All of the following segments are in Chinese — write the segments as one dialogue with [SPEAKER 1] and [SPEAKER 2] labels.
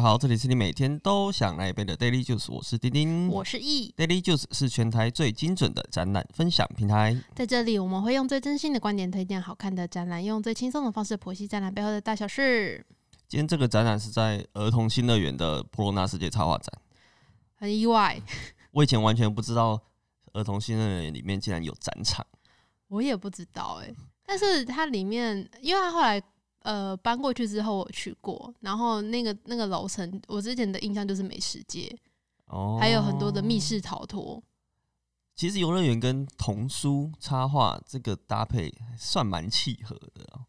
[SPEAKER 1] 好，这里是你每天都想来一杯的 Daily Juice，我是丁丁。
[SPEAKER 2] 我是 E，易，
[SPEAKER 1] Daily Juice 是全台最精准的展览分享平台。
[SPEAKER 2] 在这里我们会用最真心的观点推荐好看的展览，用最轻松的方式剖析展览背后的大小事。
[SPEAKER 1] 今天这个展览是在儿童新乐园的波罗纳世界插画展。
[SPEAKER 2] 很 意外，
[SPEAKER 1] 我以前完全不知道儿童新乐园里面竟然有展场。
[SPEAKER 2] 我也不知道哎、但是它里面，因为它后来呃搬过去之后，我去过，然后那个那个楼层，我之前的印象就是美食街，
[SPEAKER 1] 哦，
[SPEAKER 2] 还有很多的密。室逃脱。
[SPEAKER 1] 其实游乐园跟童书插画这个搭配算蛮契合的哦、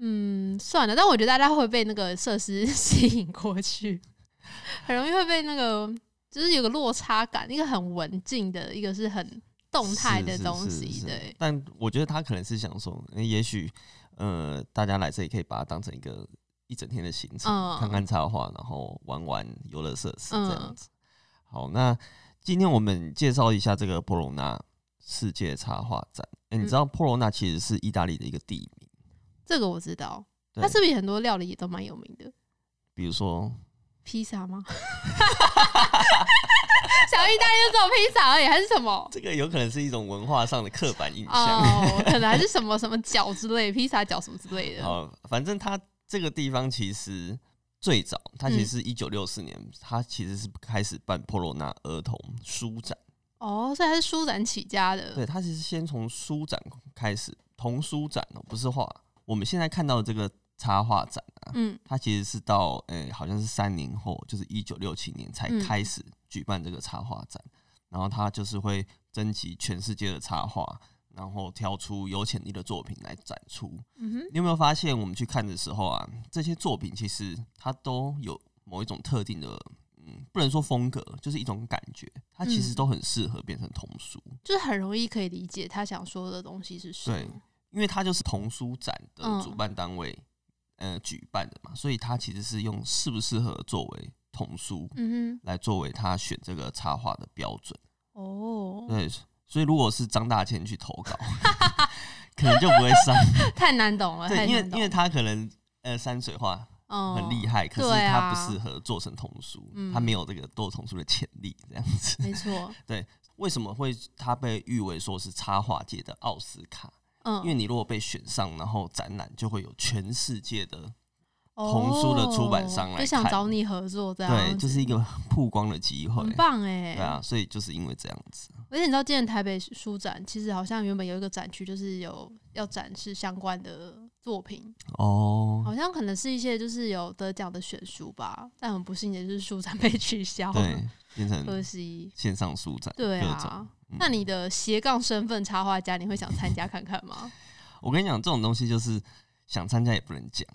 [SPEAKER 2] 嗯，算了，但我觉得大家会被那个设施吸引过去， 很容易会被那个，就是有个落差感，一个很文静的，一个是很动态的
[SPEAKER 1] 是
[SPEAKER 2] 东
[SPEAKER 1] 是
[SPEAKER 2] 西，
[SPEAKER 1] 是
[SPEAKER 2] 对，
[SPEAKER 1] 但我觉得他可能是想说，呃也许呃，大家来这里可以把它当成一个一整天的行程，
[SPEAKER 2] 嗯
[SPEAKER 1] 看看插画，然后玩玩游乐设施这样
[SPEAKER 2] 嗯
[SPEAKER 1] 子。好，那今天我们介绍一下这个波罗纳世界插画展。诶你
[SPEAKER 2] 嗯
[SPEAKER 1] 知道波罗纳其实是意大利的一个地名，
[SPEAKER 2] 这个我知道。
[SPEAKER 1] 对
[SPEAKER 2] 它是不是很多料理也都蛮有名的？
[SPEAKER 1] 比如说
[SPEAKER 2] 披萨吗？ 小意大利就只有披萨而已，还是什么？
[SPEAKER 1] 这个有可能是一种文化上的刻板印象。
[SPEAKER 2] 哦，可能还是什么什么饺之类，披萨饺什么之类的。
[SPEAKER 1] 好，反正它这个地方其实最早，它其实是
[SPEAKER 2] 嗯
[SPEAKER 1] 一九六四年，它其实是开始办波罗纳儿童书展。
[SPEAKER 2] 哦，所以它是舒展起家的。
[SPEAKER 1] 对，它其实先从书展开始，童书展哦、不是画。我们现在看到的这个插画展啊，
[SPEAKER 2] 嗯
[SPEAKER 1] 它其实是到诶、好像是三年后，就是一九六七年才
[SPEAKER 2] 嗯
[SPEAKER 1] 开始举办这个插画展。然后它就是会征集全世界的插画，然后挑出有潜力的作品来展出。
[SPEAKER 2] 嗯哼，
[SPEAKER 1] 你有没有发现，我们去看的时候啊，这些作品其实它都有某一种特定的，嗯，不能说风格，就是一种感觉，它其实
[SPEAKER 2] 嗯
[SPEAKER 1] 都很适合变成童书，
[SPEAKER 2] 就是很容易可以理解他想说的东西是什
[SPEAKER 1] 对
[SPEAKER 2] 么。
[SPEAKER 1] 因为它就是童书展的
[SPEAKER 2] 嗯
[SPEAKER 1] 主办单位，呃，举办的嘛，所以它其实是用适不适合作为童书
[SPEAKER 2] 嗯
[SPEAKER 1] 来作为他选这个插画的标准。
[SPEAKER 2] 哼，哦，
[SPEAKER 1] 对，所以如果是张大千去投 稿，可能就不会上，
[SPEAKER 2] 太难懂了，
[SPEAKER 1] 对，
[SPEAKER 2] 太
[SPEAKER 1] 因为
[SPEAKER 2] 难懂
[SPEAKER 1] 因为他可能呃山水画
[SPEAKER 2] 嗯
[SPEAKER 1] 很厉，害，可是
[SPEAKER 2] 对
[SPEAKER 1] 它
[SPEAKER 2] 啊
[SPEAKER 1] 不适合做成童书，
[SPEAKER 2] 嗯
[SPEAKER 1] 它没有这个做童书的潜力。这样子，
[SPEAKER 2] 没错，
[SPEAKER 1] 为什么会它被誉为说是插画界的奥斯卡？
[SPEAKER 2] 嗯，
[SPEAKER 1] 因为你如果被选上，然后展览就会有全世界的，童书的出版商来
[SPEAKER 2] 哦
[SPEAKER 1] 看
[SPEAKER 2] 就想找你合作这样子，
[SPEAKER 1] 对，就是一个曝光的机会
[SPEAKER 2] 啊很。棒哎、
[SPEAKER 1] 对啊，所以就是因为这样子，
[SPEAKER 2] 而且你知道，今年台北书展其实好像原本有一个展区，就是有要展示相关的作品，
[SPEAKER 1] 哦，
[SPEAKER 2] 好像可能是一些就是有得奖的选书吧，但很不幸的就是书展 被取消了，
[SPEAKER 1] 对，变
[SPEAKER 2] 可
[SPEAKER 1] 成
[SPEAKER 2] 惜。
[SPEAKER 1] 线上书展，
[SPEAKER 2] 对
[SPEAKER 1] 各种。
[SPEAKER 2] 啊，那你的斜杠身份插画家，你会想参加看看吗？
[SPEAKER 1] 我跟你讲，这种东西就是想参加也不能讲，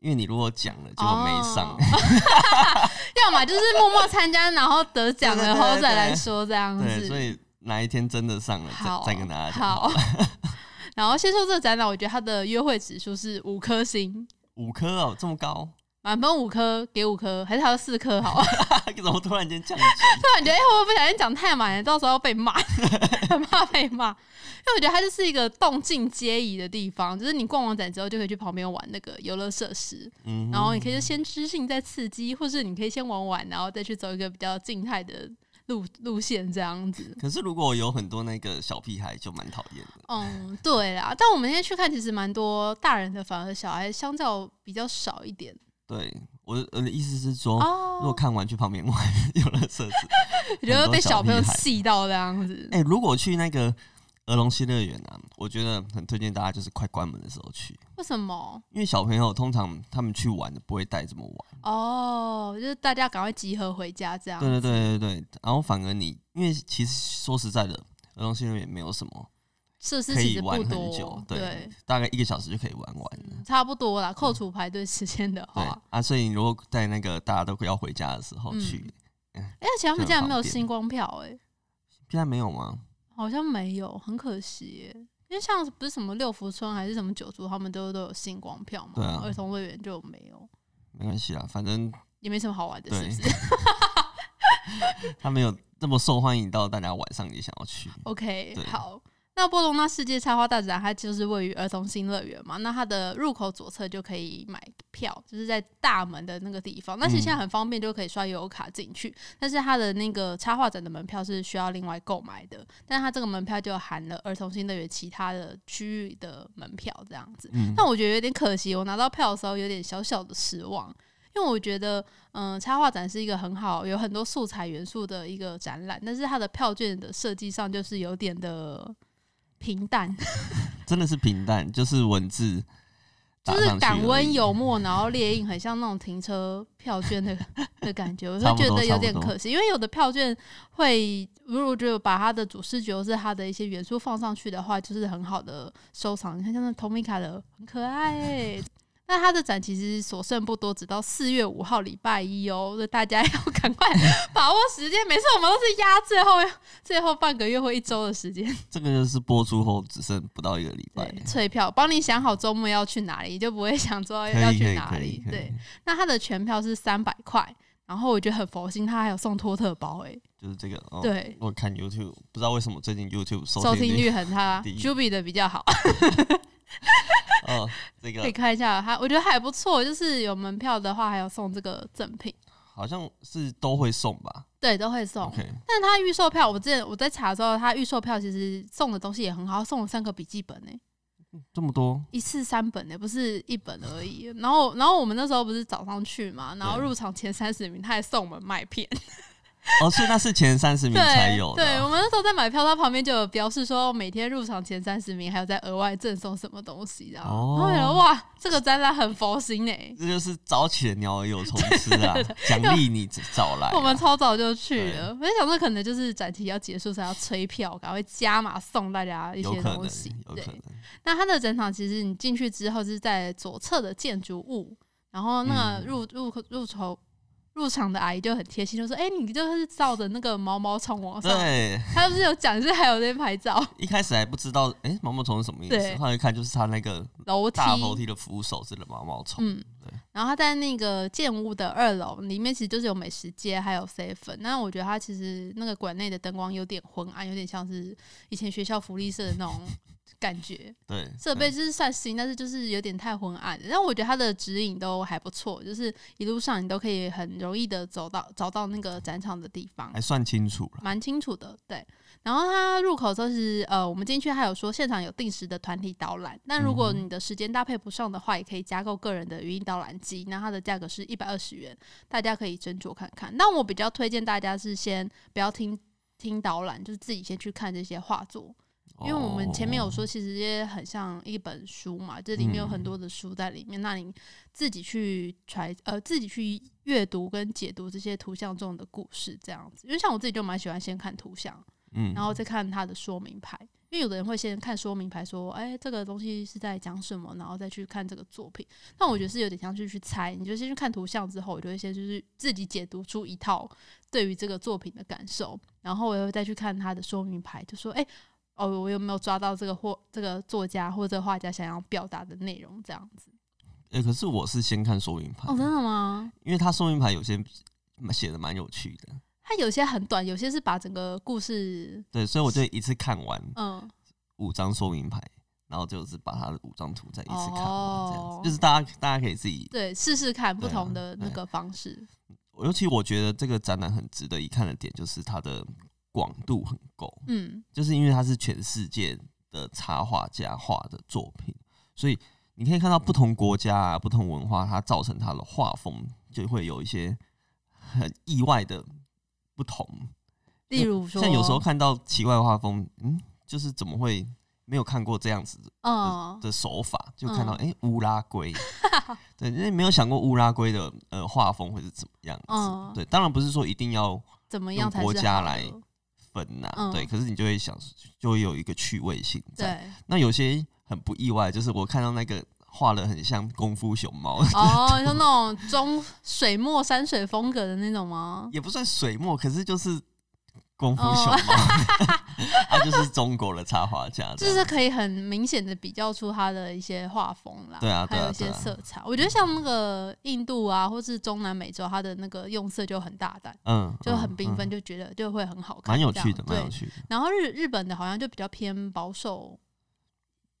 [SPEAKER 1] 因为你如果讲了， 结果没上，
[SPEAKER 2] 哦 要么就是默默参加，然后得奖
[SPEAKER 1] 对
[SPEAKER 2] 了，
[SPEAKER 1] 对
[SPEAKER 2] 然
[SPEAKER 1] 对
[SPEAKER 2] 后再来说这样
[SPEAKER 1] 对，所
[SPEAKER 2] 子。
[SPEAKER 1] 以哪一天真的上了，
[SPEAKER 2] 好，
[SPEAKER 1] 再再跟大家讲。
[SPEAKER 2] 好。 然后先说这个展览，我觉得它的约会指数是五颗星，
[SPEAKER 1] 五颗哦，这么高，
[SPEAKER 2] 满分五颗，给五颗，还是还有四颗好？
[SPEAKER 1] 怎
[SPEAKER 2] 突
[SPEAKER 1] 么突然间 降级？
[SPEAKER 2] 然觉得，哎、会不会不小心讲太满了，到时候 被骂，很怕被骂。因为我觉得它就是一个动静皆宜的地方，就是你逛完展之后就可以去旁边玩那个游乐设施，
[SPEAKER 1] 嗯
[SPEAKER 2] 然后你可以就先知性再刺激，或是你可以先玩玩，然后再去走一个比较静态的路路线这样子。
[SPEAKER 1] 可是如果有很多那个小屁孩，就蛮讨厌的。
[SPEAKER 2] 嗯，对啦，但我们现在去看，其实蛮多大人的，反而小孩相较比较少一点
[SPEAKER 1] 对，我的我的意思是说，如果
[SPEAKER 2] 哦。
[SPEAKER 1] 看完去旁边玩 游乐设施，
[SPEAKER 2] 我觉得被小朋友
[SPEAKER 1] 很多小屁孩
[SPEAKER 2] 气到这样子，
[SPEAKER 1] 哎、如果去那个儿童新乐园啊，我觉得很推荐大家就是快关门的时候去，
[SPEAKER 2] 为什么？
[SPEAKER 1] 因为小朋友通常他们去玩的不会带这么玩。
[SPEAKER 2] 哦，就是大家赶快集合回家这样。
[SPEAKER 1] 对对对对对，然后反而你，因为其实说实在的，儿童新乐园没有什么
[SPEAKER 2] 设施
[SPEAKER 1] 可
[SPEAKER 2] 其
[SPEAKER 1] 以
[SPEAKER 2] 实
[SPEAKER 1] 玩
[SPEAKER 2] 不
[SPEAKER 1] 很久
[SPEAKER 2] 多，，
[SPEAKER 1] 对，嗯大概一个小时就可以玩完了。
[SPEAKER 2] 嗯差不多啦。扣除排队时间的
[SPEAKER 1] 对
[SPEAKER 2] 话，
[SPEAKER 1] 啊，所以你如果在那个大家都要回家的时候
[SPEAKER 2] 嗯
[SPEAKER 1] 去，
[SPEAKER 2] 哎、而且他
[SPEAKER 1] 就
[SPEAKER 2] 们
[SPEAKER 1] 很
[SPEAKER 2] 竟然没
[SPEAKER 1] 方
[SPEAKER 2] 有
[SPEAKER 1] 便
[SPEAKER 2] 星光票、哎，
[SPEAKER 1] 现在没有吗？
[SPEAKER 2] 好像没有，很可惜、耶。因为像不是什么六福村还是什么九族，他们都都有星光票嘛，
[SPEAKER 1] 对啊
[SPEAKER 2] 儿童乐园就没有，
[SPEAKER 1] 没关系啦，啊反正
[SPEAKER 2] 也没什么好玩的，是
[SPEAKER 1] 对
[SPEAKER 2] 不 是
[SPEAKER 1] 他没有那么受欢迎到大家晚上也想要去。
[SPEAKER 2] ？OK，
[SPEAKER 1] 对
[SPEAKER 2] 好。那波隆那世界插花大展，它就是位于儿童新乐园嘛，那它的入口左侧就可以买票，就是在大门的那个地方。那其实现在很方便，就可以刷悠游卡进去。但是它的那个插画展的门票是需要另外购买的，但是它这个门票就含了儿童新乐园其他的区域的门票这样子。
[SPEAKER 1] 嗯
[SPEAKER 2] 但我觉得有点可惜，我拿到票的时候有点小小的失望，因为我觉得，嗯、插画展是一个很好有很多素材元素的一个展览，但是它的票券的设计上就是有点的平淡，
[SPEAKER 1] 真的是平淡，就是文字打
[SPEAKER 2] 就
[SPEAKER 1] 上去而已，
[SPEAKER 2] 是感温油墨，然后列印，很像那种停车票券 的的感觉，我就
[SPEAKER 1] 差不多
[SPEAKER 2] 觉得有点
[SPEAKER 1] 差不多
[SPEAKER 2] 可惜，因为有的票券会，如果就把它的主视觉或是它的一些元素放上去的话，就是很好的收藏。你看，像那 Tomica 的很可爱、欸。那它的展其实所剩不多，只到四月五号礼拜一哦，所以大家要赶快把握时间。每次我们都是压最后最后半个月或一周的时间。
[SPEAKER 1] 这个就是播出后只剩不到一个礼拜
[SPEAKER 2] 对，，退票，帮你想好周末要去哪里，就不会想说
[SPEAKER 1] 可
[SPEAKER 2] 要
[SPEAKER 1] 以可
[SPEAKER 2] 去
[SPEAKER 1] 以
[SPEAKER 2] 哪
[SPEAKER 1] 可以
[SPEAKER 2] 里。
[SPEAKER 1] 可以
[SPEAKER 2] 对，，那它的全票是三百块，然后我觉得很佛心，它还有送托特包、欸，
[SPEAKER 1] 就是这个。哦、，
[SPEAKER 2] 对，
[SPEAKER 1] 我看 YouTube，不知道为什么最近 YouTube
[SPEAKER 2] 收
[SPEAKER 1] 收
[SPEAKER 2] 听率很差
[SPEAKER 1] 低
[SPEAKER 2] ，Jubi 的比较好，
[SPEAKER 1] 哦，这
[SPEAKER 2] 可
[SPEAKER 1] 个
[SPEAKER 2] 以看一下它，我觉得还不错，就是有门票的话还有送这个赠品，
[SPEAKER 1] 好像是都会送吧。
[SPEAKER 2] 对，都会送。
[SPEAKER 1] OK，
[SPEAKER 2] 但它预售票，我之前我在查的时候，它预售票其实送的东西也很好，送了三个笔记本诶、欸
[SPEAKER 1] 这么多，
[SPEAKER 2] 一次三本呢、欸不是一本而已。然后，然后我们那时候不是早上去嘛，然后
[SPEAKER 1] 对
[SPEAKER 2] 入场前三十名，他还送我们麦片。
[SPEAKER 1] 哦，所以那是前三十名才有的
[SPEAKER 2] 对。对，我
[SPEAKER 1] 哦。
[SPEAKER 2] 们那时候在买票，它旁边就有标示说每天入场前三十名还有在额外赠送什么东西的。
[SPEAKER 1] 哦
[SPEAKER 2] 然后我觉得哇，这个展览很佛心哎、
[SPEAKER 1] 这就是早起的鸟儿有虫吃啊，奖励你早来啊、
[SPEAKER 2] 我们超早就去了，我就想说可能就是展期要结束才要催票，赶快加码送大家一
[SPEAKER 1] 有
[SPEAKER 2] 些
[SPEAKER 1] 可能
[SPEAKER 2] 东西，。
[SPEAKER 1] 有
[SPEAKER 2] 对
[SPEAKER 1] 可，能。
[SPEAKER 2] 那它的展场其实你进去之后是在左侧的建筑物，然后那
[SPEAKER 1] 嗯
[SPEAKER 2] 个入、入入口入场的阿姨就很贴心，就说：“哎、你就是照着那个毛毛虫往上。”
[SPEAKER 1] 对，
[SPEAKER 2] 她不是有讲，是还有在拍照
[SPEAKER 1] 一开始还不知道，哎、毛毛虫是什么意思？
[SPEAKER 2] 对
[SPEAKER 1] 后来一看就是它那个
[SPEAKER 2] 楼梯。
[SPEAKER 1] 大楼梯的扶手是毛毛虫。
[SPEAKER 2] 嗯
[SPEAKER 1] 对，
[SPEAKER 2] 然后它在那个建物的二楼里面，其实就是有美食街，还有 seven。那我觉得它其实那个馆内的灯光有点昏暗，有点像是以前学校福利社的那种感觉。
[SPEAKER 1] 对，
[SPEAKER 2] 设备就是算新，但是就是有点太昏暗。但我觉得它的指引都还不错，就是一路上你都可以很容易的走到找到那个展场的地方
[SPEAKER 1] 嗯。还算清楚了。
[SPEAKER 2] 蛮清楚的，对。然后它入口就是呃，我们进去还有说现场有定时的团体导览，那如果
[SPEAKER 1] 嗯哼
[SPEAKER 2] 你的时间搭配不上的话，也可以加购个人的语音导览机，那它的价格是一百二十元，大家可以斟酌看看。但我比较推荐大家是先不要听听导览，就是自己先去看这些画作，因为我们前面有
[SPEAKER 1] 哦
[SPEAKER 2] 说，其实也很像一本书嘛，这里面有很多的书在里面，那你自己去揣呃自己去阅读跟解读这些图像中的故事，这样子。因为像我自己就蛮喜欢先看图像，
[SPEAKER 1] 嗯，
[SPEAKER 2] 然后再看它的说明牌，因为有的人会先看说明牌说，哎、这个东西是在讲什么，然后再去看这个作品。那我觉得是有点像是去猜，你就先去看图像之后，我就会先就是自己解读出一套对于这个作品的感受，然后我也会再去看它的说明牌，就说，哎、哦，我有没有抓到这个或这个作家或者画家想要表达的内容？这样子
[SPEAKER 1] 哎、可是我是先看说明牌，
[SPEAKER 2] 哦，真的吗？
[SPEAKER 1] 因为它说明牌有些写的蛮有趣的，
[SPEAKER 2] 它有些很短，有些是把整个故事，
[SPEAKER 1] 对，所以我就一次看完
[SPEAKER 2] 嗯，
[SPEAKER 1] 五张说明牌，然后就是把它的五张图再一次看完，这样子，
[SPEAKER 2] 哦
[SPEAKER 1] 就是大家大家可以自己。
[SPEAKER 2] 对，试试看不
[SPEAKER 1] 对啊
[SPEAKER 2] 同的那
[SPEAKER 1] 对
[SPEAKER 2] 个方式。
[SPEAKER 1] 尤其我觉得这个展览很值得一看的点，就是它的广度很够，
[SPEAKER 2] 嗯，
[SPEAKER 1] 就是因为它是全世界的插画家画的作品，所以你可以看到不同国家啊、不同文化，它造成它的画风就会有一些很意外的不同。
[SPEAKER 2] 例如说，
[SPEAKER 1] 像有时候看到奇怪的画风，嗯，就是怎么会没有看过这样子
[SPEAKER 2] 嗯，
[SPEAKER 1] 的手法？就看到诶乌拉圭， 对，因为没有想过乌拉圭的呃画风会是怎么样
[SPEAKER 2] 嗯
[SPEAKER 1] 子。对，当然不是说一定要
[SPEAKER 2] 怎么
[SPEAKER 1] 用
[SPEAKER 2] 样才
[SPEAKER 1] 国
[SPEAKER 2] 是
[SPEAKER 1] 家
[SPEAKER 2] 好
[SPEAKER 1] 来
[SPEAKER 2] 的
[SPEAKER 1] 分呐、
[SPEAKER 2] 嗯
[SPEAKER 1] 对，可是你就会想，就会有一个趣味性在。
[SPEAKER 2] 对
[SPEAKER 1] 那有些很不意外，就是我看到那个画的很像功夫熊猫，
[SPEAKER 2] 哦，像那种中水墨山水风格的那种吗？
[SPEAKER 1] 也不算水墨，可是就是功
[SPEAKER 2] 哦
[SPEAKER 1] 夫熊猫， 他就是中国的插画家这
[SPEAKER 2] 就
[SPEAKER 1] 样，
[SPEAKER 2] 是可以很明显的比较出它的一些画风啦，
[SPEAKER 1] 对啊对
[SPEAKER 2] 还
[SPEAKER 1] 啊
[SPEAKER 2] 有一些
[SPEAKER 1] 对啊
[SPEAKER 2] 色彩。我觉得像那个印度啊，或是中南美洲，它的那个用色就很大胆，
[SPEAKER 1] 嗯，
[SPEAKER 2] 就很
[SPEAKER 1] 嗯
[SPEAKER 2] 缤纷，
[SPEAKER 1] 嗯
[SPEAKER 2] 就觉得就会很好看，
[SPEAKER 1] 蛮有
[SPEAKER 2] 这
[SPEAKER 1] 趣
[SPEAKER 2] 样
[SPEAKER 1] 的，蛮有
[SPEAKER 2] 对，
[SPEAKER 1] 趣的。
[SPEAKER 2] 然后日日本的好像就比较偏保守，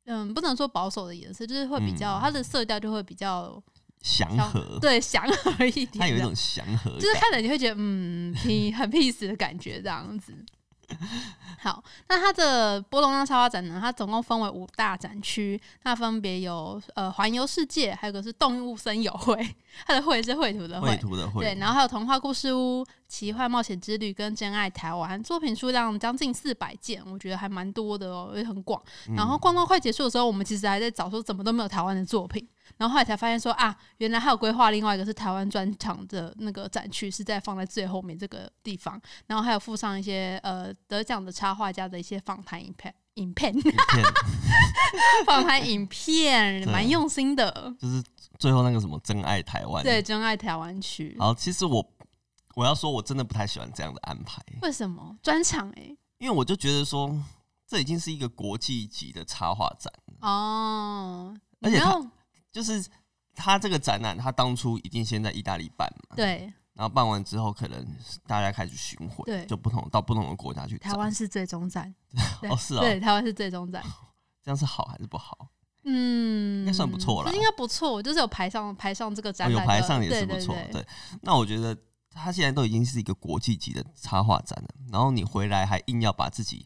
[SPEAKER 2] 嗯，不能说保守的颜色，就是会比较、
[SPEAKER 1] 嗯
[SPEAKER 2] 它的色调就会比较
[SPEAKER 1] 祥和，
[SPEAKER 2] 对 祥和一点，
[SPEAKER 1] 它有一种祥和
[SPEAKER 2] 就是
[SPEAKER 1] 感，
[SPEAKER 2] 看了你会觉得嗯，挺很 peace 的感觉这样子。 好，那它的波隆那插画展呢，它总共分为五大展区，那分别有呃环游世界，还有个是动物森友会，它的会是绘图的
[SPEAKER 1] 绘
[SPEAKER 2] 会。
[SPEAKER 1] 图的绘，
[SPEAKER 2] 对，然后还有童话故事屋、奇幻冒险之旅跟真爱台湾，作品数量将近四百件，我觉得还蛮多的哦，也很广。
[SPEAKER 1] 嗯
[SPEAKER 2] 然后逛到快结束的时候，我们其实还在找说怎么都没有台湾的作品，然后后来才发现说啊，原来还有规划另外一个是台湾专场的那个展区是在放在最后面这个地方，然后还有附上一些呃得奖的插画家的一些访谈影片。影片
[SPEAKER 1] 影片
[SPEAKER 2] 访谈影片
[SPEAKER 1] 对
[SPEAKER 2] 蛮用心的，
[SPEAKER 1] 就是最后那个什么真爱台湾，
[SPEAKER 2] 对，真爱台湾区。
[SPEAKER 1] 好，其实我我要说，我真的不太喜欢这样的安排，
[SPEAKER 2] 为什么专场、欸？
[SPEAKER 1] 因为我就觉得说，这已经是一个国际级的插画展，
[SPEAKER 2] 哦，
[SPEAKER 1] 而
[SPEAKER 2] 你
[SPEAKER 1] 且
[SPEAKER 2] 没
[SPEAKER 1] 它
[SPEAKER 2] 有
[SPEAKER 1] 就是它这个展览，它当初已经先在意大利办嘛，
[SPEAKER 2] 对
[SPEAKER 1] 然后办完之后，可能大家开始巡回，
[SPEAKER 2] 对
[SPEAKER 1] 就不同到不同的国家去展。
[SPEAKER 2] 啊台湾是最终站，对
[SPEAKER 1] 哦，是哦，
[SPEAKER 2] 对，台湾是最 终站，
[SPEAKER 1] 这样是好还是不好？
[SPEAKER 2] 嗯，
[SPEAKER 1] 应该算不错啦
[SPEAKER 2] 这应该不错，就是有排上排上这个
[SPEAKER 1] 哦
[SPEAKER 2] 展
[SPEAKER 1] 有
[SPEAKER 2] 览的，
[SPEAKER 1] 排上也
[SPEAKER 2] 对
[SPEAKER 1] 是不错，
[SPEAKER 2] 对对
[SPEAKER 1] 对。那我觉得它现在都已经是一个国际级的插画展了，然后你回来还硬要把自己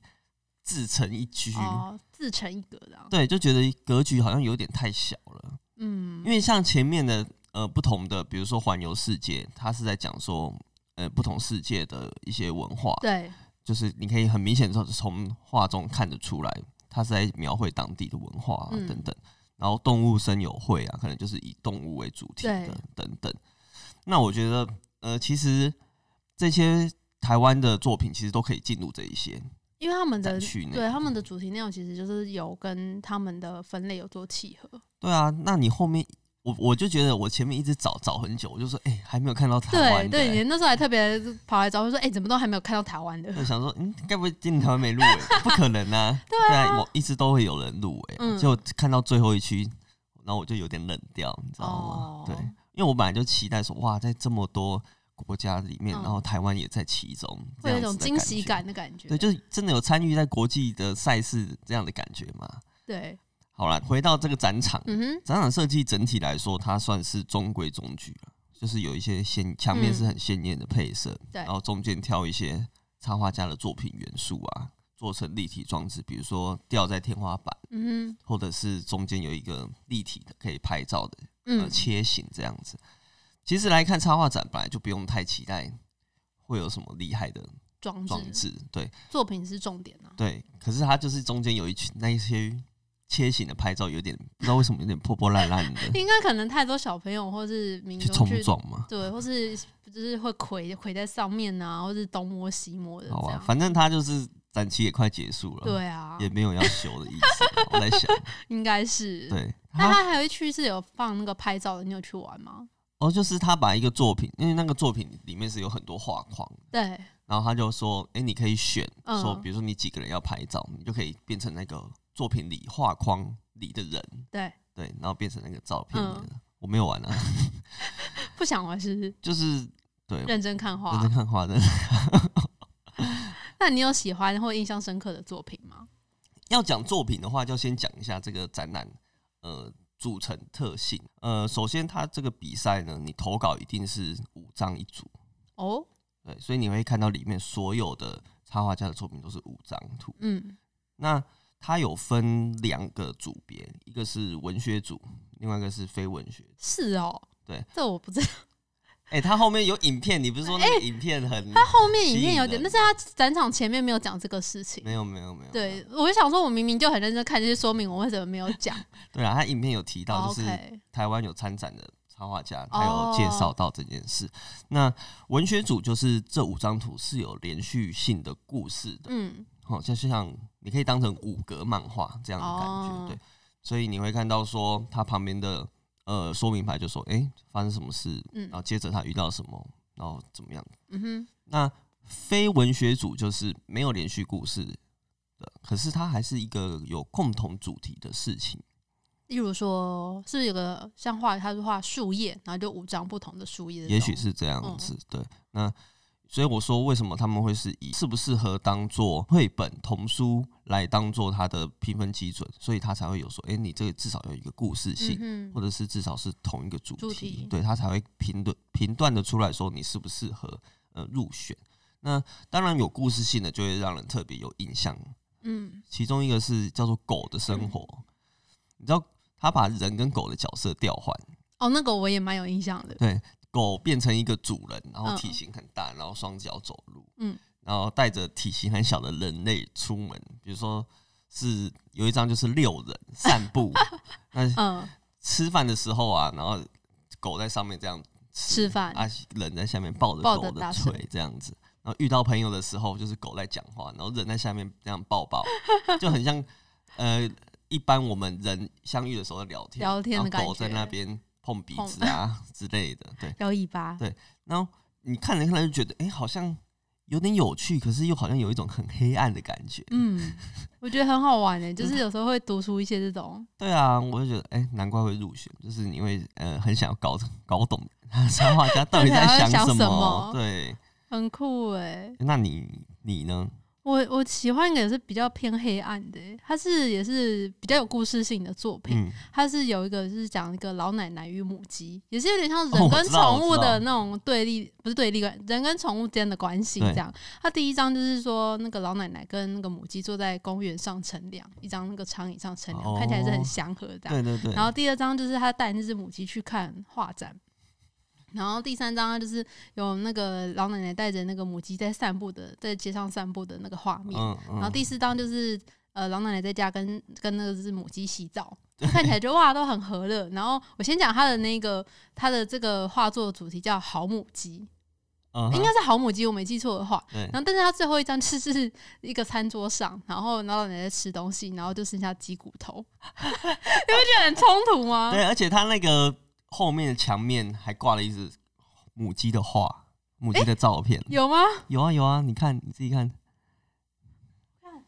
[SPEAKER 1] 自成一区，
[SPEAKER 2] 哦，自成一格的啊，
[SPEAKER 1] 对，就觉得格局好像有点太小了。
[SPEAKER 2] 嗯
[SPEAKER 1] 因，为像前面的呃不同的，比如说环游世界，它是在讲说呃不同世界的一些文化，
[SPEAKER 2] 对，
[SPEAKER 1] 就是你可以很明显从从画中看得出来，它是在描绘当地的文化啊、
[SPEAKER 2] 嗯
[SPEAKER 1] 等等。然后动物森友会啊，可能就是以动物为主题
[SPEAKER 2] 对
[SPEAKER 1] 的等等。那我觉得呃，其实这些台湾的作品其实都可以进入这一些
[SPEAKER 2] 因为他们的
[SPEAKER 1] 展区内。嗯
[SPEAKER 2] 对他们的主题内容其实就是有跟他们的分类有做契合，
[SPEAKER 1] 对啊，那你后面我我就觉得我前面一直找找很久，我就说哎、还没有看到台
[SPEAKER 2] 对
[SPEAKER 1] 湾的、
[SPEAKER 2] 对，
[SPEAKER 1] 欸
[SPEAKER 2] 你那时候还特别跑来找我说，哎，怎么都还没有看到台湾的，
[SPEAKER 1] 就想说，嗯，该不会今年台湾没入围吧？不可能 啊！对啊，我一直都会有人入围啊、
[SPEAKER 2] 嗯
[SPEAKER 1] 结果看到最后一区，然后我就有点冷掉，你知道吗？
[SPEAKER 2] 哦
[SPEAKER 1] 对，因为我本来就期待说，哇，在这么多国家里面，
[SPEAKER 2] 嗯
[SPEAKER 1] 然后台湾也在其中，这
[SPEAKER 2] 会有
[SPEAKER 1] 样
[SPEAKER 2] 一
[SPEAKER 1] 子
[SPEAKER 2] 种
[SPEAKER 1] 的
[SPEAKER 2] 惊喜
[SPEAKER 1] 觉。
[SPEAKER 2] 感的感觉，
[SPEAKER 1] 对，就是真的有参与在国际的赛事这样的感觉嘛。
[SPEAKER 2] 对，
[SPEAKER 1] 好了，回到这个展场，
[SPEAKER 2] 嗯哼，
[SPEAKER 1] 展览设计整体来说，它算是中规中矩了，就是有一些鲜墙面是很鲜艳的配色，
[SPEAKER 2] 嗯对
[SPEAKER 1] 然后中间挑一些插画家的作品元素啊，做成立体装置，比如说吊在天花板，
[SPEAKER 2] 嗯
[SPEAKER 1] 或者是中间有一个立体的可以拍照的
[SPEAKER 2] 哼，
[SPEAKER 1] 呃
[SPEAKER 2] 嗯，
[SPEAKER 1] 切形这样子。其实来看插画展，本来就不用太期待会有什么厉害的
[SPEAKER 2] 装
[SPEAKER 1] 装
[SPEAKER 2] 置
[SPEAKER 1] 置，对
[SPEAKER 2] 作品是重点啊，。
[SPEAKER 1] 对。可是它就是中间有一群那一些切形的拍照，有点不知道为什么有点破破烂烂的
[SPEAKER 2] 应该可能太多小朋友或是民
[SPEAKER 1] 去
[SPEAKER 2] 众
[SPEAKER 1] 冲
[SPEAKER 2] 去
[SPEAKER 1] 撞嘛，
[SPEAKER 2] 对，或是就是会跪跪在上面啊，或是东摸西摸的
[SPEAKER 1] 好
[SPEAKER 2] 这
[SPEAKER 1] 吧，
[SPEAKER 2] 样。
[SPEAKER 1] 反正他就是展期也快结束了，、
[SPEAKER 2] 对啊，
[SPEAKER 1] 也没有要修的意 思啊。我在想，
[SPEAKER 2] 应该是。
[SPEAKER 1] 对，
[SPEAKER 2] 那
[SPEAKER 1] 他
[SPEAKER 2] 它还有一区是有放那个拍照的，你有去玩吗？
[SPEAKER 1] 哦，就是他把一个作品，因为那个作品里面是有很多画框，
[SPEAKER 2] 对，
[SPEAKER 1] 然后他就说，哎、你可以选，
[SPEAKER 2] 嗯
[SPEAKER 1] 说比如说你几个人要拍照，你就可以变成那个作品里画框里的人，
[SPEAKER 2] 对，
[SPEAKER 1] 对，然后变成那个照片里的人。
[SPEAKER 2] 嗯
[SPEAKER 1] 我没有玩啊，
[SPEAKER 2] 不想玩是不是
[SPEAKER 1] 就是对。
[SPEAKER 2] 认真看
[SPEAKER 1] 认
[SPEAKER 2] 画
[SPEAKER 1] 真。看画的，
[SPEAKER 2] 那你有喜欢或印象深刻的作品吗？
[SPEAKER 1] 要讲作品的话，就先讲一下这个展览，呃，组成特性。呃，首先它这个比赛呢，你投稿一定是五张一组，
[SPEAKER 2] 哦，
[SPEAKER 1] 对，所以你会看到里面所有的插画家的作品都是五张图。
[SPEAKER 2] 嗯，
[SPEAKER 1] 那它有分两个组别，一个是文学组，另外一个是非文学。
[SPEAKER 2] 是哦，
[SPEAKER 1] 对，
[SPEAKER 2] 这我不知道。
[SPEAKER 1] 哎、它后面有影片，你不是说那个影片很？
[SPEAKER 2] 哎它后面影
[SPEAKER 1] 吸
[SPEAKER 2] 片
[SPEAKER 1] 引
[SPEAKER 2] 有点，
[SPEAKER 1] 人
[SPEAKER 2] 但是它展场前面没有讲这个事情。
[SPEAKER 1] 没有没有没有。
[SPEAKER 2] 对，我就想说，我明明就很认真看这些说明，我为什么没有讲
[SPEAKER 1] 对啊，它影片有提 到，就是
[SPEAKER 2] 哦？OK，
[SPEAKER 1] 台湾有参展的插画家，他有介绍到这件事。那文学组就是这五张图是有连续性的故事的，
[SPEAKER 2] 嗯，
[SPEAKER 1] 哦，就是像你可以当成五格漫画这样的感觉，
[SPEAKER 2] 哦
[SPEAKER 1] 对。所以你会看到说，它旁边的呃说明牌就说，诶，发生什么事，
[SPEAKER 2] 嗯
[SPEAKER 1] 然后接着他遇到什么，然后怎么样。
[SPEAKER 2] 嗯哼，
[SPEAKER 1] 那非文学组就是没有连续故事的，可是它还是一个有共同主题的事情。
[SPEAKER 2] 例如说，是不是有个像画，他是画树叶，然后就五张不同的树叶，
[SPEAKER 1] 也许是这
[SPEAKER 2] 嗯
[SPEAKER 1] 样子，对。那所以我说，为什么他们会是以适不适合当做绘本童书来当做它的评分基准，所以它才会有说，诶，你这个至少有一个故事性，
[SPEAKER 2] 嗯
[SPEAKER 1] 或
[SPEAKER 2] 哼，
[SPEAKER 1] 者是至少是同一个主题，
[SPEAKER 2] 主题
[SPEAKER 1] 对他才会评论评断的出来说你适不适合呃入选。那当然有故事性的就会让人特别有印象，
[SPEAKER 2] 嗯，
[SPEAKER 1] 其中一个是叫做狗的生活，你知道他把人跟狗的角色调换，
[SPEAKER 2] 哦，那个我也蛮有印象 的，
[SPEAKER 1] 对，狗变成一个主人，然后
[SPEAKER 2] 嗯
[SPEAKER 1] 体型很大，然后双脚走路，
[SPEAKER 2] 嗯，
[SPEAKER 1] 然后带着体型很小的人类出门，比如说是有一张就是遛人散 步，那
[SPEAKER 2] 嗯，
[SPEAKER 1] 吃饭的时候啊，然后狗在上面这样
[SPEAKER 2] 吃饭
[SPEAKER 1] 啊，人在下面抱着
[SPEAKER 2] 抱
[SPEAKER 1] 狗
[SPEAKER 2] 着
[SPEAKER 1] 的
[SPEAKER 2] 打
[SPEAKER 1] 腿这样子。然后遇到朋友的时候，就是狗在讲话，然后人在下面这样抱 抱，就很像呃，一般我们人相遇的时候聊天，
[SPEAKER 2] 聊天的
[SPEAKER 1] 然后狗在
[SPEAKER 2] 感觉
[SPEAKER 1] 那边碰鼻子啊之类的，对。
[SPEAKER 2] 摇尾巴，
[SPEAKER 1] 然后你看着看着就觉得，哎、好像有点有趣，可是又好像有一种很黑暗的感觉。
[SPEAKER 2] 嗯，我觉得很好玩诶，就是有时候会读出一些这种，
[SPEAKER 1] 对啊，我就觉得，哎、难怪会入选，就是你会呃很想要搞搞懂 插画家到底在
[SPEAKER 2] 到底在 想
[SPEAKER 1] 什
[SPEAKER 2] 什么
[SPEAKER 1] 对，
[SPEAKER 2] 很酷诶。
[SPEAKER 1] 那你你呢？
[SPEAKER 2] 我我喜欢一个也是比较偏黑暗的欸，它是也是比较有故事性的作品，
[SPEAKER 1] 嗯，
[SPEAKER 2] 它是有一个是讲一个老奶奶与母鸡，也是有点像
[SPEAKER 1] 哦我
[SPEAKER 2] 人跟
[SPEAKER 1] 知道我
[SPEAKER 2] 宠物
[SPEAKER 1] 知道
[SPEAKER 2] 的那种对立，不是对立关，人跟宠物之间的关系
[SPEAKER 1] 对
[SPEAKER 2] 这样。它第一章就是说那个老奶奶跟那个母鸡坐在公园上乘凉，一张那个长椅上乘凉，看起来是
[SPEAKER 1] 哦
[SPEAKER 2] 很祥和这样。
[SPEAKER 1] 对对对。
[SPEAKER 2] 然后第二章就是他带那只母鸡去看画展，然后第三章就是有那个老奶奶带着那个母鸡在散步的，在街上散步的那个画面。
[SPEAKER 1] 嗯嗯，
[SPEAKER 2] 然后第四章就是呃，老奶奶在家跟跟那只母鸡洗澡，看起来就哇都很和乐。然后我先讲他的那个他的这个画作主题叫好母鸡，
[SPEAKER 1] 嗯哼
[SPEAKER 2] 应该是好母鸡，我没记错的话。
[SPEAKER 1] 对
[SPEAKER 2] 哎然后，但是他最后一张就是一个餐桌上，然后老奶奶在吃东西，然后就剩下鸡骨头， 你会觉得很冲突吗？
[SPEAKER 1] 对，而且他那个后面的墙面还挂了一只母鸡的画，母鸡的照片。
[SPEAKER 2] 有吗？
[SPEAKER 1] 有啊有啊，你看你自己看。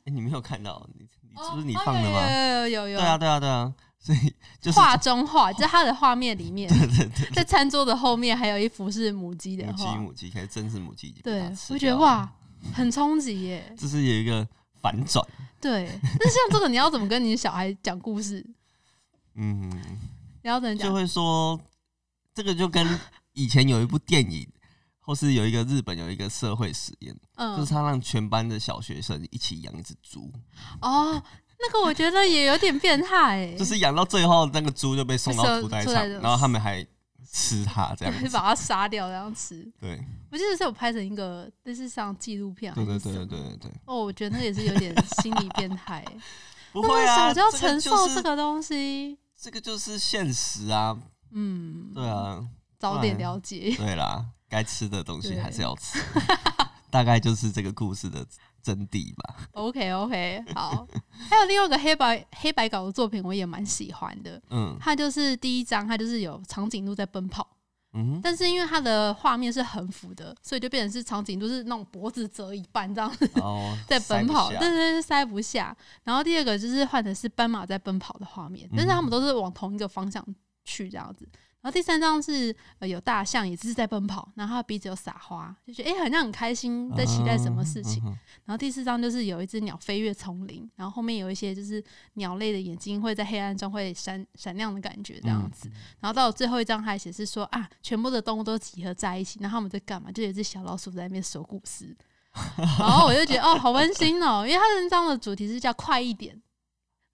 [SPEAKER 1] 哎，你没有看到？你你是不是你放的吗？
[SPEAKER 2] 哦有有有有有。
[SPEAKER 1] 对啊对啊对啊，所 以就是
[SPEAKER 2] 画中画，就是他的画面里 面，
[SPEAKER 1] 对对对，
[SPEAKER 2] 在餐桌的后面还有一幅是母鸡的
[SPEAKER 1] 母鸡
[SPEAKER 2] 画，
[SPEAKER 1] 母鸡，可是真是母鸡已经被
[SPEAKER 2] 对
[SPEAKER 1] 它，吃
[SPEAKER 2] 我觉得
[SPEAKER 1] 掉了，
[SPEAKER 2] 哇，很冲击 耶。
[SPEAKER 1] 这是有一个反转。
[SPEAKER 2] 对，那像这个你要怎么跟你小孩讲故事？
[SPEAKER 1] 嗯，
[SPEAKER 2] 你要怎么
[SPEAKER 1] 就
[SPEAKER 2] 讲？
[SPEAKER 1] 会说这个就跟以前有一部电影，或是有一个日本有一个社会实验，就
[SPEAKER 2] 嗯
[SPEAKER 1] 是，他让全班的小学生一起养一只猪，
[SPEAKER 2] 哦，那个我觉得也有点变态哎，
[SPEAKER 1] 就是养到最后那个猪就被送到
[SPEAKER 2] 就是
[SPEAKER 1] 屠宰
[SPEAKER 2] 屠
[SPEAKER 1] 场
[SPEAKER 2] 宰，的
[SPEAKER 1] 然后他们还吃它这样
[SPEAKER 2] 对，
[SPEAKER 1] 子
[SPEAKER 2] 把。它杀掉然后吃。
[SPEAKER 1] 对
[SPEAKER 2] 我记得是有拍成一个，那是像纪录片还
[SPEAKER 1] 对
[SPEAKER 2] 是
[SPEAKER 1] 对对
[SPEAKER 2] 什么
[SPEAKER 1] 对对对，
[SPEAKER 2] 哦，我觉得那也是有点心理变态欸。
[SPEAKER 1] 不
[SPEAKER 2] 那
[SPEAKER 1] 会
[SPEAKER 2] 么
[SPEAKER 1] 啊，
[SPEAKER 2] 小就要
[SPEAKER 1] 这
[SPEAKER 2] 承受
[SPEAKER 1] 就是
[SPEAKER 2] 这个东西，
[SPEAKER 1] 这个就是现实啊，
[SPEAKER 2] 嗯，
[SPEAKER 1] 对，啊，
[SPEAKER 2] 早点
[SPEAKER 1] 不然
[SPEAKER 2] 了 解。
[SPEAKER 1] 对啦，该吃的东西
[SPEAKER 2] 对
[SPEAKER 1] 还是要吃， 大概就是这个故事的真谛吧。
[SPEAKER 2] OK OK，好。还有另外一个黑白黑白稿的作品，我也蛮喜欢的。
[SPEAKER 1] 嗯
[SPEAKER 2] 它就是第一章，它就是有长颈鹿在奔跑，
[SPEAKER 1] 嗯
[SPEAKER 2] 但是因为它的画面是横幅的，所以就变成是长颈鹿是那种脖子折一半这样子
[SPEAKER 1] 哼，哦，
[SPEAKER 2] 在奔跑，
[SPEAKER 1] 塞不
[SPEAKER 2] 但
[SPEAKER 1] 下
[SPEAKER 2] 是塞不下。然后第二个就是换成是斑马在奔跑的画面，但是
[SPEAKER 1] 嗯
[SPEAKER 2] 他们都是往同一个方向去这样子。然后第三张是、呃、有大象，也是在奔跑，然后它的鼻子有撒花，就觉得哎、诶好像很开心，在期待什么事情。
[SPEAKER 1] 嗯哼
[SPEAKER 2] 然后第四章就是有一只鸟飞越丛林，然后后面有一些就是鸟类的眼睛会在黑暗中会闪闪亮的感觉这样
[SPEAKER 1] 嗯
[SPEAKER 2] 子。然后到了最后一章还写是说啊，全部的动物都集合在一起，然后他们在干嘛？就有一只小老鼠在那边守古 诗。然后我就觉得哦，好温馨哦，因为它那章的主题是叫快一点，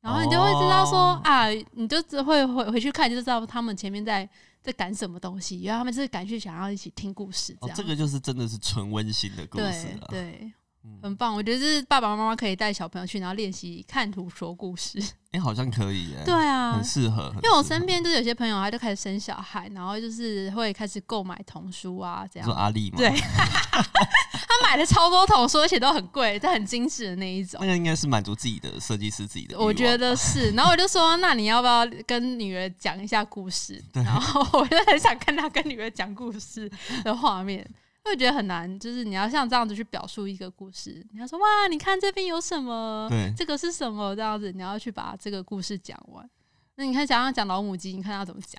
[SPEAKER 2] 然后你就会知道说、
[SPEAKER 1] 哦
[SPEAKER 2] 啊，你就只会回回去看，就知道他们前面在在赶什么东西，原来他们是赶去想要一起听故事这
[SPEAKER 1] 哦，
[SPEAKER 2] 样。
[SPEAKER 1] 这个就是真的是纯温馨的故事
[SPEAKER 2] 对
[SPEAKER 1] 了。
[SPEAKER 2] 对，
[SPEAKER 1] 嗯，
[SPEAKER 2] 很棒，我觉得是爸爸妈妈可以带小朋友去，然后练习看图说故事。
[SPEAKER 1] 哎、好像可以耶、
[SPEAKER 2] 对啊
[SPEAKER 1] 很，适合。
[SPEAKER 2] 因为我
[SPEAKER 1] 很适合
[SPEAKER 2] 身边就是有些朋友，他就开始生小孩，然后就是会开始购买童书啊，这
[SPEAKER 1] 你说
[SPEAKER 2] 样。
[SPEAKER 1] 阿丽嘛，
[SPEAKER 2] 对， 他买了超多童书，而且都很贵，但很精致的那一种
[SPEAKER 1] 那。个应该是满足自己的设计师自己的欲望。
[SPEAKER 2] 我觉得是，然后我就说，那你要不要跟女儿讲一下故事？
[SPEAKER 1] 对
[SPEAKER 2] 然后我就很想看她跟女儿讲故事的画面，我会觉得很难，就是你要像这样子去表述一个故事，你要说哇，你看这边有什么，
[SPEAKER 1] 对
[SPEAKER 2] 这个是什么这样子，你要去把这个故事讲完。那你看，想要讲老母鸡，你看他怎么讲？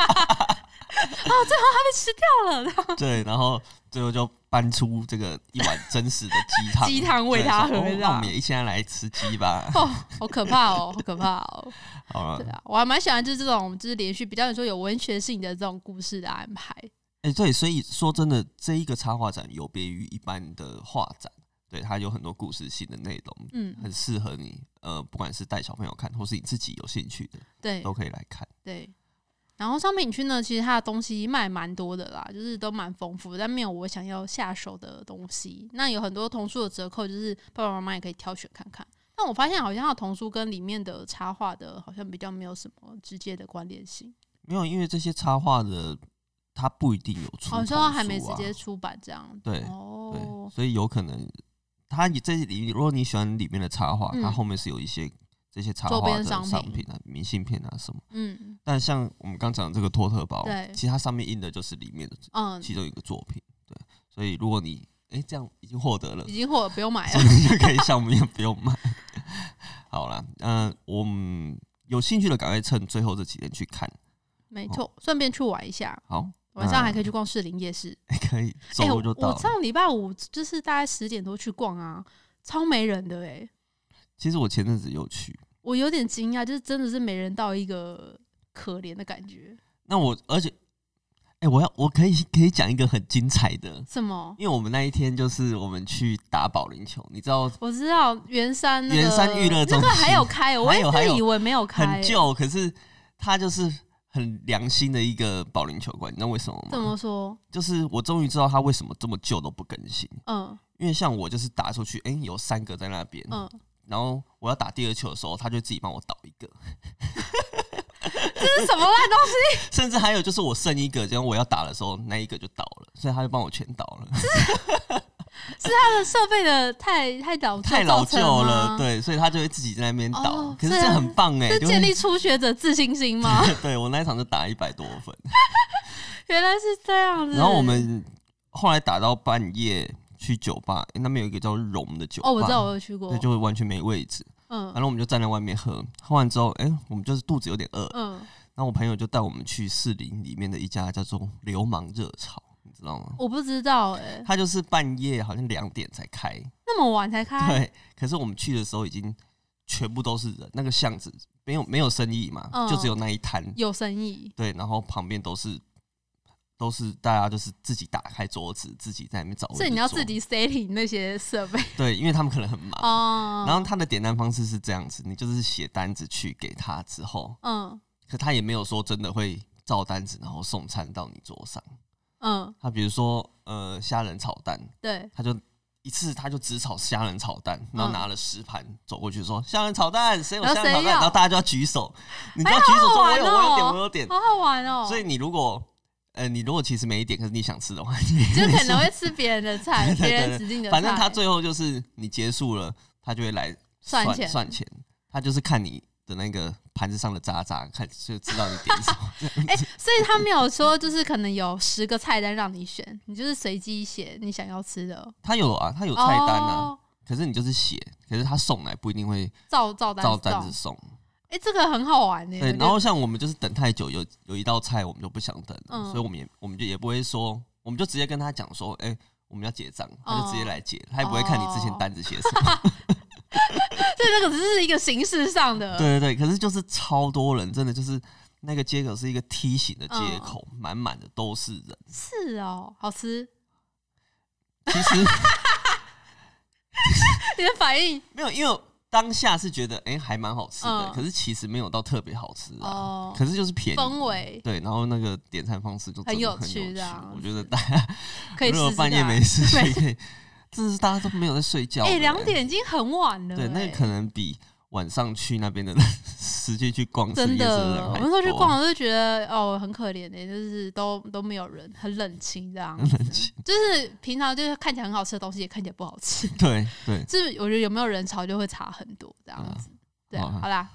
[SPEAKER 2] 哦，最后它被吃掉 了，
[SPEAKER 1] 对，然后最后就搬出这个一碗真实的鸡汤，
[SPEAKER 2] 鸡汤喂
[SPEAKER 1] 对
[SPEAKER 2] 它
[SPEAKER 1] 说
[SPEAKER 2] 喝
[SPEAKER 1] 哦
[SPEAKER 2] 这
[SPEAKER 1] 那我
[SPEAKER 2] 样
[SPEAKER 1] 们也一起来吃鸡吧。
[SPEAKER 2] 哦，好可怕哦，好可怕哦。
[SPEAKER 1] 好了
[SPEAKER 2] 对，啊，我还蛮喜欢就是这种就是连续比较你说有文学性的这种故事的安排。
[SPEAKER 1] 哎、对，所以说真的，这一个插画展有别于一般的画展，对它有很多故事性的内容，
[SPEAKER 2] 嗯，
[SPEAKER 1] 很适合你，呃，不管是带小朋友看，或是你自己有兴趣的，
[SPEAKER 2] 对
[SPEAKER 1] 都可以来看。
[SPEAKER 2] 对。然后商品区呢，其实它的东西卖蛮多的啦，就是都蛮丰富的，但没有我想要下手的东西。那有很多童书的折扣，就是爸爸妈妈也可以挑选看看。但我发现好像它的童书跟里面的插画的，好像比较没有什么直接的关联性。
[SPEAKER 1] 没有，因为这些插画的它不一定有出、
[SPEAKER 2] 哦，
[SPEAKER 1] 童
[SPEAKER 2] 你
[SPEAKER 1] 书
[SPEAKER 2] 说
[SPEAKER 1] 啊
[SPEAKER 2] 它还没直接出版这样？
[SPEAKER 1] 对对，
[SPEAKER 2] 哦，
[SPEAKER 1] 所以有可能它你这里，如果你喜欢里面的插画，它
[SPEAKER 2] 嗯
[SPEAKER 1] 后面是有一些这些插
[SPEAKER 2] 周
[SPEAKER 1] 画
[SPEAKER 2] 边
[SPEAKER 1] 的
[SPEAKER 2] 商品
[SPEAKER 1] 商品啊、明信片啊什么。
[SPEAKER 2] 嗯
[SPEAKER 1] 但像我们刚讲的这个托特包
[SPEAKER 2] 对，
[SPEAKER 1] 其实它上面印的就是里面的
[SPEAKER 2] 嗯，
[SPEAKER 1] 其中一个作品。对，所以如果你哎、这样已经获得了
[SPEAKER 2] 已，经获不用买
[SPEAKER 1] 所
[SPEAKER 2] 了。
[SPEAKER 1] 以你就可以像我们一样不用买。 好啦，嗯、我们有兴趣的赶快趁最后这几天去看。
[SPEAKER 2] 没错，顺便去玩一下，
[SPEAKER 1] 好，
[SPEAKER 2] 晚上还
[SPEAKER 1] 那
[SPEAKER 2] 可以去逛士林夜市。
[SPEAKER 1] 可以周
[SPEAKER 2] 哎，
[SPEAKER 1] 末嗯就到
[SPEAKER 2] 我
[SPEAKER 1] 了。
[SPEAKER 2] 上礼拜五就是大概十点多去逛啊，超没人的哎、
[SPEAKER 1] 其实我前阵子有去，
[SPEAKER 2] 我有点惊讶，就是真的是没人到一个可怜的感觉。
[SPEAKER 1] 那我而且，哎、我要我可以可以讲一个很精彩的，
[SPEAKER 2] 什么？
[SPEAKER 1] 因为我们那一天就是我们去打保龄球，你知道
[SPEAKER 2] 我知道圆山那个
[SPEAKER 1] 圆山娱乐中心
[SPEAKER 2] 那个还有开哦，我
[SPEAKER 1] 还
[SPEAKER 2] 一
[SPEAKER 1] 有还
[SPEAKER 2] 直
[SPEAKER 1] 有
[SPEAKER 2] 以为没有开、
[SPEAKER 1] 很旧，可是它就是很良心的一个保龄球馆，你知道为什么吗？
[SPEAKER 2] 怎么说？
[SPEAKER 1] 就是我终于知道它为什么这么旧都不更新，
[SPEAKER 2] 嗯
[SPEAKER 1] 因为像我就是打出去，哎、有三个在那边，
[SPEAKER 2] 嗯，
[SPEAKER 1] 然后我要打第二球的时候，他就自己帮我倒一个，
[SPEAKER 2] 这是什么烂东西？
[SPEAKER 1] 甚至还有就是我剩一个，然后我要打的时候那一个就倒了，所以他就帮我全倒了。
[SPEAKER 2] 它的设备的太太老旧
[SPEAKER 1] 太老
[SPEAKER 2] 造
[SPEAKER 1] 旧
[SPEAKER 2] 成吗
[SPEAKER 1] 了，，对，所以他就会自己在那边倒。
[SPEAKER 2] 哦
[SPEAKER 1] 可是
[SPEAKER 2] 这
[SPEAKER 1] 这
[SPEAKER 2] 样
[SPEAKER 1] 很棒哎、
[SPEAKER 2] 是
[SPEAKER 1] 就
[SPEAKER 2] 建立初学者自信心吗？
[SPEAKER 1] 是 对我那一场就打一百多分，
[SPEAKER 2] 原来是这样子。
[SPEAKER 1] 然后我们后来打到半夜去酒吧，诶那边有一个叫荣的酒吧，
[SPEAKER 2] 哦，我知道我有去过
[SPEAKER 1] 对，，就会完全没位置。
[SPEAKER 2] 嗯
[SPEAKER 1] 然后我们就站在外面喝，喝完之后，哎、我们就是肚子有点饿，
[SPEAKER 2] 嗯，
[SPEAKER 1] 然后我朋友就带我们去士林里面的一家叫做流氓热炒，你知道吗？
[SPEAKER 2] 我不知道哎、
[SPEAKER 1] 它就是半夜好像两点才开，
[SPEAKER 2] 那么晚才开，
[SPEAKER 1] 对，可是我们去的时候已经全部都是人，那个巷子没有没有生意嘛，
[SPEAKER 2] 嗯
[SPEAKER 1] 就只有那一摊，
[SPEAKER 2] 有生意。
[SPEAKER 1] 对，然后旁边都是都是大家就是自己打开桌子，自己在那边找位置坐，
[SPEAKER 2] 所以你要自己 setting 那些设备
[SPEAKER 1] 对，因为他们可能很忙。
[SPEAKER 2] 哦。
[SPEAKER 1] 然后他的点单方式是这样子，你就是写单子去给他之后，
[SPEAKER 2] 嗯
[SPEAKER 1] 可他也没有说真的会照单子然后送餐到你桌上。
[SPEAKER 2] 嗯，
[SPEAKER 1] 他比如说呃虾仁炒蛋，
[SPEAKER 2] 对，
[SPEAKER 1] 他就一次他就只炒虾仁炒蛋，然后
[SPEAKER 2] 嗯
[SPEAKER 1] 拿了十盘走过去说虾仁炒蛋，谁有
[SPEAKER 2] 然后
[SPEAKER 1] 虾仁炒
[SPEAKER 2] 谁
[SPEAKER 1] 蛋？然后
[SPEAKER 2] 要
[SPEAKER 1] 大家就要举手，你就要举手说我有
[SPEAKER 2] 好好玩
[SPEAKER 1] 我
[SPEAKER 2] 哦
[SPEAKER 1] 有点我有点。
[SPEAKER 2] 好好玩哦。
[SPEAKER 1] 所以你如果呃你如果其实没点，可是你想吃的话，你
[SPEAKER 2] 就可能会吃别人的菜，
[SPEAKER 1] 对对
[SPEAKER 2] 别人
[SPEAKER 1] 对
[SPEAKER 2] 指定的菜。
[SPEAKER 1] 反正他最后就是你结束了，他就会来
[SPEAKER 2] 算
[SPEAKER 1] 算
[SPEAKER 2] 钱
[SPEAKER 1] 算钱，他就是看你的那个盘子上的渣渣，看就知道你点什么。
[SPEAKER 2] 哎、所以他没有说就是可能有十个菜单让你选，你就是随机写你想要吃的
[SPEAKER 1] 他有啊，他有菜单啊，
[SPEAKER 2] 哦、
[SPEAKER 1] 可是你就是写，可是他送来不一定会
[SPEAKER 2] 照照单
[SPEAKER 1] 照
[SPEAKER 2] 子
[SPEAKER 1] 单子送。
[SPEAKER 2] 哎、这个很好玩呢、
[SPEAKER 1] 对，
[SPEAKER 2] 我觉
[SPEAKER 1] 然后
[SPEAKER 2] 得
[SPEAKER 1] 像我们就是等太久，有有一道菜我们就不想等了，
[SPEAKER 2] 嗯
[SPEAKER 1] 所以我们也我们就也不会说，我们就直接跟他讲说，哎、我们要结账，他就直接来结，他也不会看你之前单子写什么。
[SPEAKER 2] 对那个只是一个形式上 的，
[SPEAKER 1] 对对对，可是就是超多人，真的就是那个街口是一个梯形的街口，满满、的都是人。
[SPEAKER 2] 是哦，好吃。
[SPEAKER 1] 其实
[SPEAKER 2] 你的反应
[SPEAKER 1] 没有，因为当下是觉得哎、还蛮好吃的，
[SPEAKER 2] 嗯
[SPEAKER 1] 可是其实没有到特别好吃啊，
[SPEAKER 2] 哦，
[SPEAKER 1] 可是就是便宜。
[SPEAKER 2] 氛围
[SPEAKER 1] 对，然后那个点餐方式就真的
[SPEAKER 2] 很有
[SPEAKER 1] 很
[SPEAKER 2] 趣
[SPEAKER 1] 有
[SPEAKER 2] 这样
[SPEAKER 1] 我觉得大家
[SPEAKER 2] 可以试
[SPEAKER 1] 如果
[SPEAKER 2] 试
[SPEAKER 1] 半夜
[SPEAKER 2] 看
[SPEAKER 1] 没事
[SPEAKER 2] 没
[SPEAKER 1] 情，可以，这是大家都没有在睡觉的。欸
[SPEAKER 2] 哎、两点已经很晚了、
[SPEAKER 1] 对，那
[SPEAKER 2] 哎
[SPEAKER 1] 个可能比晚上去那边的 时间去逛市
[SPEAKER 2] 真
[SPEAKER 1] 夜市的人
[SPEAKER 2] 的，我
[SPEAKER 1] 还
[SPEAKER 2] 那时候去
[SPEAKER 1] 多
[SPEAKER 2] 逛，我就觉得哦，很可怜的、就是都都没有人，很冷清这样子。就是平常就是看起来很好吃的东西，也看起来不好吃。
[SPEAKER 1] 对对，
[SPEAKER 2] 就是我觉得有没有人潮就会差很多这样子。对啊
[SPEAKER 1] 好啊，
[SPEAKER 2] 好啦，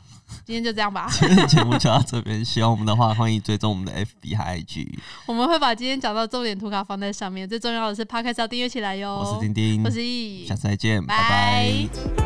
[SPEAKER 2] 今天就这样吧，
[SPEAKER 1] 今天的节目就到这边，喜欢我们的话，欢迎追踪我们的 FB 和 IG。
[SPEAKER 2] 我们会把今天讲到重点图卡放在上面。最重要的是 p 开 d 要订阅起来哟。
[SPEAKER 1] 我是丁丁，
[SPEAKER 2] 我是易
[SPEAKER 1] 下，次再见，拜
[SPEAKER 2] 拜
[SPEAKER 1] 拜